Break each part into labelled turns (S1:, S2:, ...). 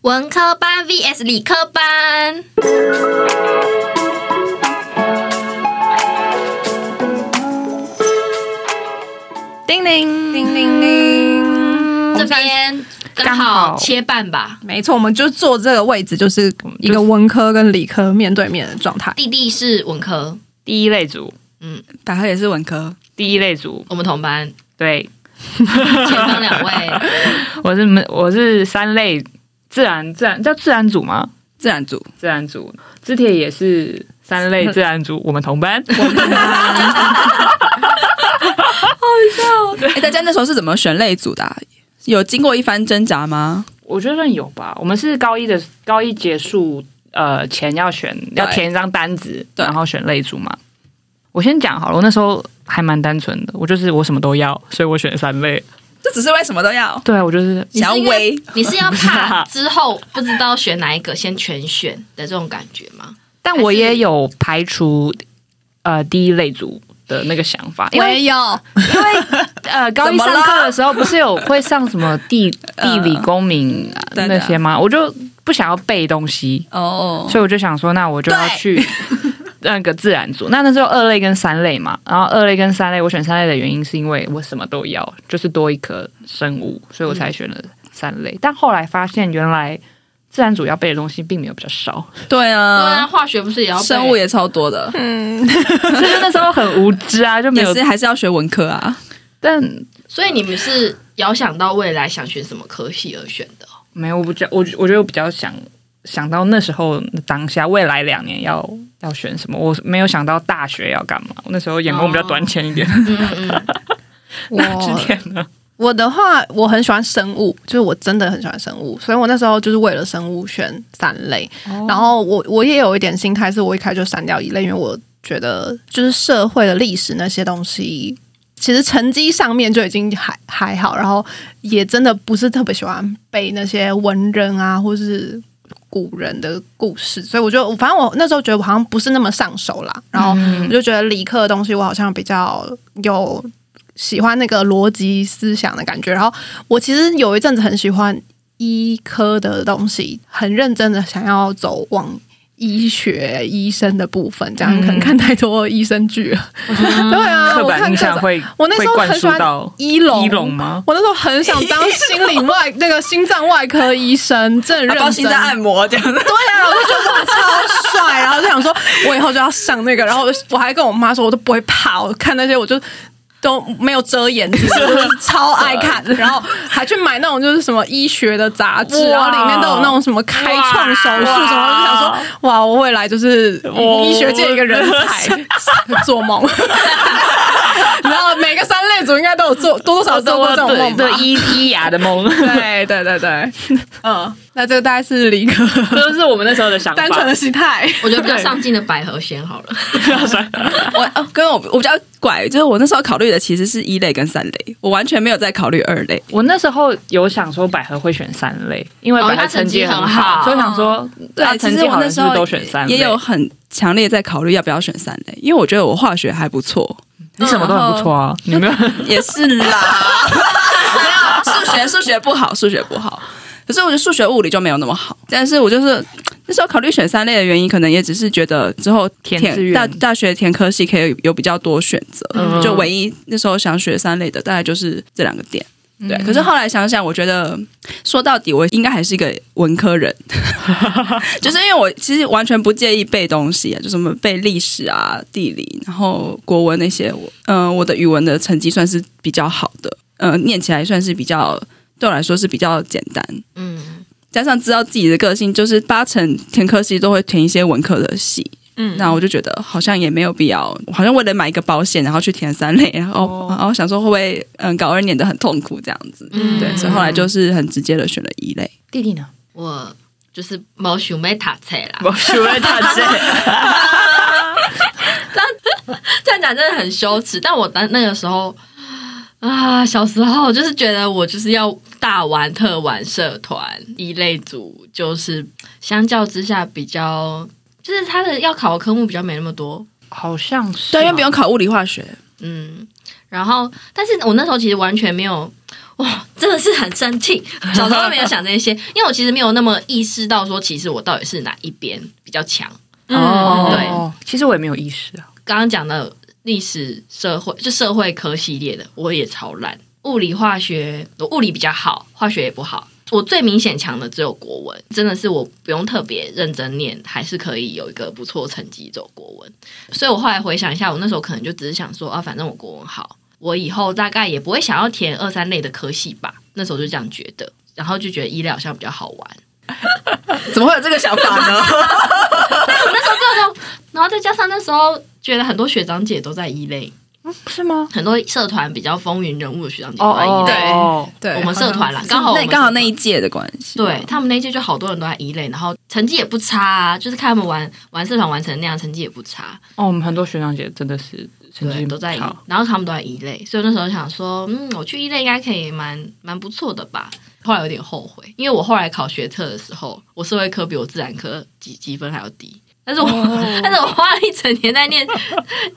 S1: 文科班 VS 理科班。
S2: 叮铃
S3: 叮铃铃。
S1: 这边刚
S2: 刚好
S1: 嗯好切半吧。
S2: 没错，我们就坐这个位置，就是一个文科跟理科面对面的状态。
S1: 弟弟是文科，
S3: 第一类组，
S1: 嗯，
S4: 打开也是文科，
S3: 第一类组，
S1: 我们同 班，
S3: 对，
S1: 前方两位
S3: 我是我是三类自然自然叫自然组吗？
S4: 自然组，
S3: 自然组，肢铁也是三类自然组，我们同 班。
S4: 哎、大家那时候是怎么选类组的啊、有经过一番挣扎吗？
S3: 我觉得算有吧。我们是高一的高一结束，呃，前要选要填一张单子，
S4: 对
S3: 然后选类组嘛。我先讲好了，我那时候还蛮单纯的，我就是我什么都要，所以我选三类。
S4: 这只是为什么都要
S3: 对啊，我就是
S4: 想要微，
S1: 你是要 怕之后不知道选哪一个，先全选的这种感觉吗？
S3: 但
S1: 我
S3: 我
S1: 也
S3: 也有排除呃第一类组的那个想法，因为
S4: 有
S3: 呃高一
S4: 怎么
S3: 上
S4: 了
S3: 课的时候不是有会上什么地地理、公民、啊
S4: 呃对的
S3: 那些吗？我就不想要背东西，
S4: 哦，
S3: 所以我就想说，那我就要
S4: 对
S3: 去 那个自然组。那那时候二类跟三类嘛，然后二类跟三类，我选三类的原因是因为我什么都要，就是多一科生物，所以我才选了三
S4: 嗯
S3: 类。但后来发现，原来自然组要背的东西并没有比较少，
S4: 对
S1: 对啊，
S4: 啊，嗯
S1: 化学不是也要背
S4: 生物也超多的，
S3: 所以那时候很无知啊，就没
S4: 也
S3: 有
S4: 是。还是要学文科啊。
S3: 但
S1: 所以你们是遥想到未来想选什么科系而选的哦。
S3: 没有，我不较，我我觉得我比较想想到那时候当下未来两年要要选什么，我没有想到大学要干嘛。我那时候眼光比较短浅一点，
S1: 嗯嗯嗯，
S3: 之
S2: 我
S3: 前呢，
S2: 我的话，我很喜欢生物，就是我真的很喜欢生物，所以我那时候就是为了生物选三类。
S4: 哦
S2: 然后我我也有一点心态，是我一开始就删掉一类，因为我觉得就是社会的历史那些东西。其实成绩上面就已经还还好，然后也真的不是特别喜欢背那些文人啊，或是古人的故事，所以我就反正我那时候觉得我好像不是那么上手啦，然后
S3: 嗯
S2: 我就觉得理科的东西我好像比较有喜欢那个逻辑思想的感觉，然后我其实有一阵子很喜欢医科的东西，很认真的想要走往。医学医生的部分，这样、可能看太多医生剧了。 对啊，
S3: 嗯刻
S2: 我
S3: 板
S2: 看
S3: 印
S2: 课
S3: 象
S2: 本
S3: 会
S2: 我那时候
S3: 会灌
S2: 很喜
S3: 输
S2: 欢
S3: 到
S2: 医龙，
S3: 医龙吗？
S2: 我那时候很想当心理 外那个心脏外科医生，真的认
S4: 帮
S2: 真。
S4: 心脏按摩这样 子，
S2: 对啊，我就觉得我超帅，然后就想说，我以后就要上那个。然后我我还跟我妈说，我都不会怕，我看那些我就。都没有遮掩，其实我就是超爱看，然后还去买那种就是什么医学的杂志，
S3: 哇
S2: 然后里面都有那种什么开创手术什么，我就想说，哇，我未来就是医学界一个人才， 做梦。 然后每个三类组应哦该都有做多多少少做过这种梦吧
S3: 哦对医医牙的梦，
S2: 对对对对，嗯，那这个大概是理科
S3: 这就是我们那时候的想法。
S2: 单纯的心态。
S1: 我觉得比较上进的百合先好了。
S4: 我哦，跟我我比较拐，就是我那时候考虑的其实是一类跟三类，我完全没有在考虑二类。
S3: 我那时候有想说百合会选三类，因为
S1: 哦
S3: 百
S1: 因为她
S3: 合
S1: 成绩
S3: 绩
S1: 很好
S3: 好，所以我想说，她
S4: 对，
S3: 成
S4: 其实
S3: 绩
S4: 我
S3: 好的
S4: 那
S3: 人是
S4: 时
S3: 不
S4: 候
S3: 是都选三类？
S4: 也有很强烈在考虑要不要选三类，因为我觉得我化学还不错，
S3: 你什么都很不错啊，你没有？
S4: 也是啦。没有数学，数学不好，数学不好。可是我觉得数学、物理就没有那么好，但是我就是那时候考虑选三类的原因，可能也只是觉得之后
S3: 填
S4: 填
S3: 志愿
S4: 大大学填科系可以有比较多选择，就唯一那时候想学三类的大概就是这两个点。对，可是后来想想，我觉得说到底，我应该还是一个文科人，就是因为我其实完全不介意背东西啊，就什么背历史啊、地理，然后国文那些，我嗯、我的语文的成绩算是比较好的，嗯、念起来算是比较对我来说是比较简单，
S1: 嗯，
S4: 加上知道自己的个性，就是八成填科系都会填一些文科的系。嗯，那我就觉得好像也没有必要，好像为了买一个保险，然后去填三类，然后、
S1: 哦
S4: 然后想说会不会嗯搞二年的很痛苦这样子，
S1: 嗯
S4: 对，所以后来就是很直接的选了一类。
S3: 弟弟呢？
S1: 我就是没想要读册啦。
S3: 我学了大姐，
S1: 这样讲真的很羞耻，但我当那个时候啊，小时候就是觉得我就是要大玩特玩社团一类组，就是相较之下比较，就是他的要考的科目比较没那么多，
S3: 好像是哦
S4: 对，因为不用考物理化学，
S1: 嗯，然后但是我那时候其实完全没有，哇，真的是很生气。小时候没有想这些，因为我其实没有那么意识到说，其实我到底是哪一边比较强。
S3: 哦，嗯对，其实我也没有意识啊。
S1: 刚刚讲的历史、社会就社会科系列的，我也超烂。物理、化学，我物理比较好，化学也不好。我最明显强的只有国文，真的是我不用特别认真念，还是可以有一个不错成绩走国文。所以我后来回想一下，我那时候可能就只是想说啊，反正我国文好，我以后大概也不会想要填二三类的科系吧。那时候就这样觉得，然后就觉得医疗好像比较好玩。
S4: 怎么会有这个想法呢？
S1: 然后再加上那时候觉得很多学长姐都在一类，
S3: 是吗？
S1: 很多社团比较风云人物的学长姐都在一类。
S3: 哦，
S2: 对，
S1: 我们社团啦
S2: 好，像
S1: 刚好我
S4: 那
S1: 们
S4: 刚好那
S1: 社
S4: 一届的关系，
S1: 团对他们那一届就好多人都在一类，然后成绩也不差、啊，就是看他们玩玩社团玩成那样，成绩也不差，
S3: 哦，我们很多学长姐真的是成绩
S1: 对，都在一
S3: 好，
S1: 然后他们都在一类，所以我那时候想说，嗯，我去一类应该可以蛮蛮不错的吧。后来有点后悔，因为我后来考学测的时候，我社会科比我自然科几几分还要低。但是我 但是我花了一整年在念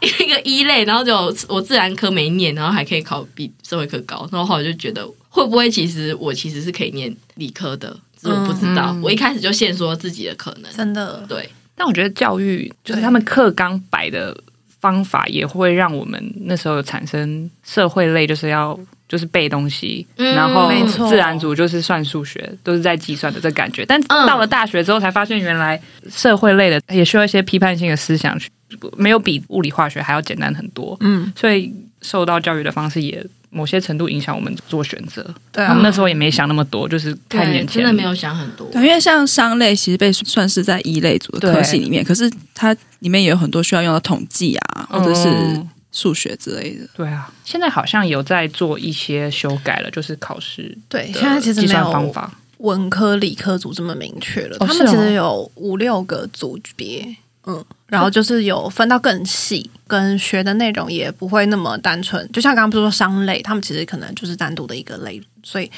S1: 一个一类，然后就我自然科没念，然后还可以考比社会科高，然后后来就觉得会不会其实我其实是可以念理科的，只是我不知道。
S3: 嗯
S1: 我一开始就限缩自己的可能，
S2: 真的
S1: 对，
S3: 但我觉得教育就是他们课纲摆的方法，也会让我们那时候有产生社会类，就是要就是背东西，
S1: 嗯
S3: 然后
S2: 没错
S3: 自然组就是算数学，都是在计算的这感觉。但到了大学之后，才发现原来社会类的也需要一些批判性的思想，去没有比物理化学还要简单很多。
S2: 嗯，
S3: 所以受到教育的方式也。某些程度影响我们做选择，
S2: 对
S3: 我
S2: 啊
S3: 们，那时候也没想那么多，就是看眼
S1: 对，
S3: 前。
S1: 真的没有想很多。
S4: 对，因为像商类其实被算是在一类组的科系里面，可是它里面也有很多需要用到统计啊，或者是
S1: 哦
S3: 嗯
S4: 数学之类的。
S3: 对啊，现在好像有在做一些修改了，就是考试
S2: 对，
S3: 的
S2: 现在其实
S3: 计
S2: 没
S3: 算方
S2: 有
S3: 法。
S2: 文科、理科组这么明确了，
S3: 哦
S2: 他
S3: 是
S2: 们
S3: 哦
S2: 其实有五六个组别，嗯，然后就是有分到更细，跟学的内容也不会那么单纯。就像刚刚不是说商类，他们其实可能就是单独的一个类，所以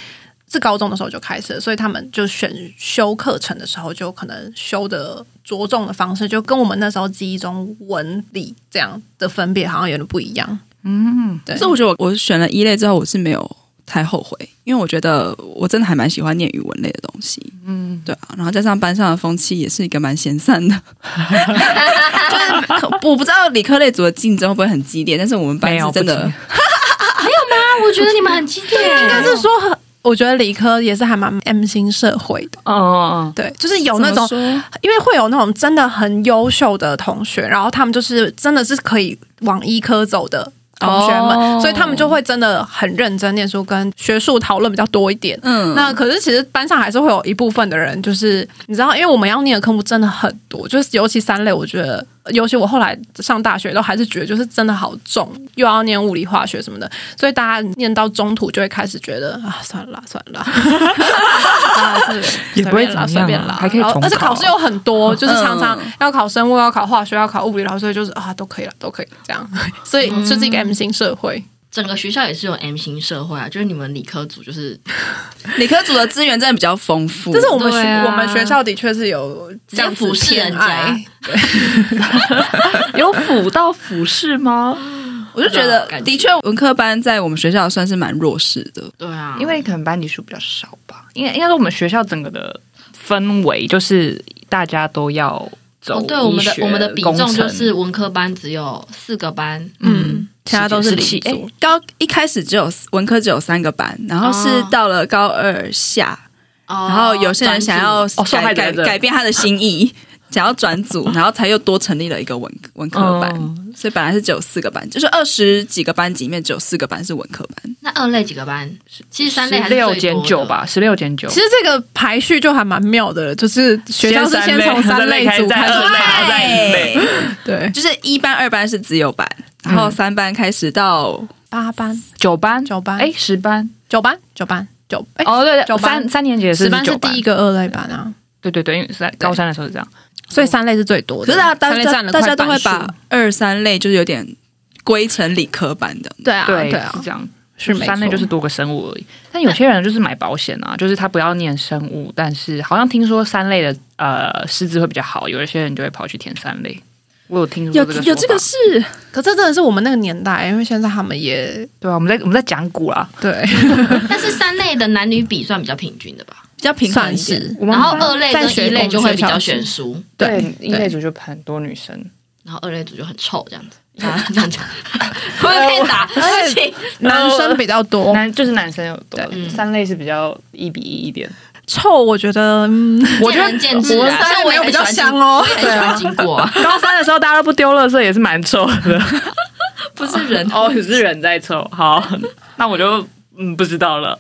S2: 是高中的时候就开始了，所以他们就选修课程的时候，就可能修的着重的方式，就跟我们那时候记忆中文理这样的分别好像有点不一样。嗯，对
S4: 可是，我觉得我我选了一类之后，我是没有太后悔，因为我觉得我真的还蛮喜欢念语文类的东西。嗯，对啊，然后加上班上的风气也是一个蛮闲散的，就是可我不知道理科类组的竞争会不会很激烈，但是我们班
S3: 没有
S4: 是真
S3: 不
S4: 的
S3: 行
S1: 啊，我觉得你们很激烈，
S2: 但是说很，我觉得理科也是还蛮 M 型社会的。
S3: 嗯嗯
S2: 对，就是有那种
S4: 哦怎么说
S2: 因为会有那种真的很优秀的同学，然后他们就是真的是可以往医科走的同学们，
S4: 哦
S2: 所以他们就会真的很认真念书，跟学术讨论比较多一点。
S4: 嗯，
S2: 那可是其实班上还是会有一部分的人，就是你知道，因为我们要念的科目真的很多，就是尤其三类，我觉得，尤其我后来上大学都还是觉得就是真的好重，又要念物理化学什么的，所以大家念到中途就会开始觉得啊，算了啦算了啦，啊是
S3: 也不会
S2: 随便啦
S3: 怎么样啊
S2: 随便啦，
S3: 还可以
S2: 然后
S3: 重
S2: 而且考
S3: 考
S2: 试有很多，就是常常
S4: 嗯
S2: 要考生物，要考化学，要考物理，然后所以就是啊，都可以了，都可以这样，所以就是一个 M 型社会。
S1: 整个学校也是有 M 型社会啊，就是你们理科组就是
S4: 理科组的资源真的比较丰 富。
S2: 这是我们学、
S1: 对啊
S2: 我们学校的确是有这样子
S1: 直接俯视人
S2: 偏爱
S1: 家
S3: 嗯，有辅到辅试吗？
S4: 我就觉得
S1: 感，觉
S4: 的确，文科班在我们学校算是蛮弱势的。
S1: 对啊，
S3: 因为可能班级数比较少吧，应该应该说我们学校整个的氛围就是大家都要走
S1: 哦，对，我们
S3: 医
S1: 的
S3: 学
S1: 我们的比
S3: 工
S1: 重
S3: 程
S1: 就是文科班只有四个班，
S2: 嗯，其他都是
S3: 十
S2: 理
S3: 几
S2: 组。
S3: 哎
S4: 高一开始只有文科只有三个班，然后是
S1: 哦
S4: 到了高二下，
S1: 哦
S4: 然后有些人想要
S3: 转组哦受
S4: 改、
S3: 害者
S4: 改
S3: 的
S4: 改变他的心意， 想要转 组，然后才又多成立了一个文文科班。
S3: 嗯
S4: 所以本来是只有四个班，就是二十几个班级里面只有四个班是文科班。
S1: 那二类几个班？其实三类还是
S3: 十六
S1: 最多
S3: 减
S1: 的
S3: 九，吧，十六减九
S2: 其。实这个排序就还蛮妙的，就是学校是先从三类组开始
S3: 先三类
S2: 排，
S3: 然后再哦一类
S2: 对，
S4: 就是一班、二班是自由班，然后三班开始到
S3: 嗯
S2: 八班、
S3: 九班
S2: 九班
S3: 哎十班
S2: 九班、九班、九哎，
S3: 哦对
S2: 九
S3: 对，
S2: 班
S3: 三三年级也
S2: 十
S3: 是
S2: 班是
S3: 九
S2: 第一个二类班啊，
S3: 对对对，因为是在高三的时候是这样，
S2: 所以三类是最多
S4: 可
S2: 的。
S4: 是大
S2: 三类
S4: 家
S2: 占了快
S4: 大家都会
S2: 半数
S4: 把二三类就是有点归成理科班的，
S2: 对啊对
S3: 是
S2: 啊
S3: 这样。
S2: 是没错
S3: 三类就是多个生物而已。但有些人就是买保险啊，就是他不要念生物，但是好像听说三类的呃师资会比较好，有一些人就会跑去填三类。我有听说
S4: 有
S3: 这个说
S4: 有这个
S3: 法
S4: 事，
S2: 可这真的是我们那个年代，因为现在他们也
S3: 对啊，我们在我们在讲古啦，
S2: 对，
S1: 但是三类的男女比算比较平均的吧，
S4: 比较平衡一
S2: 算
S4: 点。
S2: 是
S3: 我们
S1: 然后二类
S2: 在
S1: 跟
S2: 学
S1: 一类就会比
S2: 我
S1: 较
S2: 们学校是
S1: 悬殊，
S3: 对一类
S2: 对
S3: 组就很多女生，
S1: 然后二类组就很臭这样子。啊 这样讲，会被打，对不起。
S2: 男生比较多。
S3: 男就是男生有多
S2: 对，
S1: 嗯
S3: 三类是比较一比一一点。
S2: 臭，我觉得，嗯，
S1: 我觉得见仁见智
S2: 我
S1: 啊，
S2: 三
S1: 像我
S2: 没
S1: 也
S2: 有
S1: 很喜
S2: 比较
S1: 欢经，
S2: 香哦
S1: 我。也很喜欢经过啊，
S3: 高三的时候大家都不丢垃圾，也是蛮臭的。
S1: 不是人
S3: 哦，是人在臭。好，那我就嗯不知道了。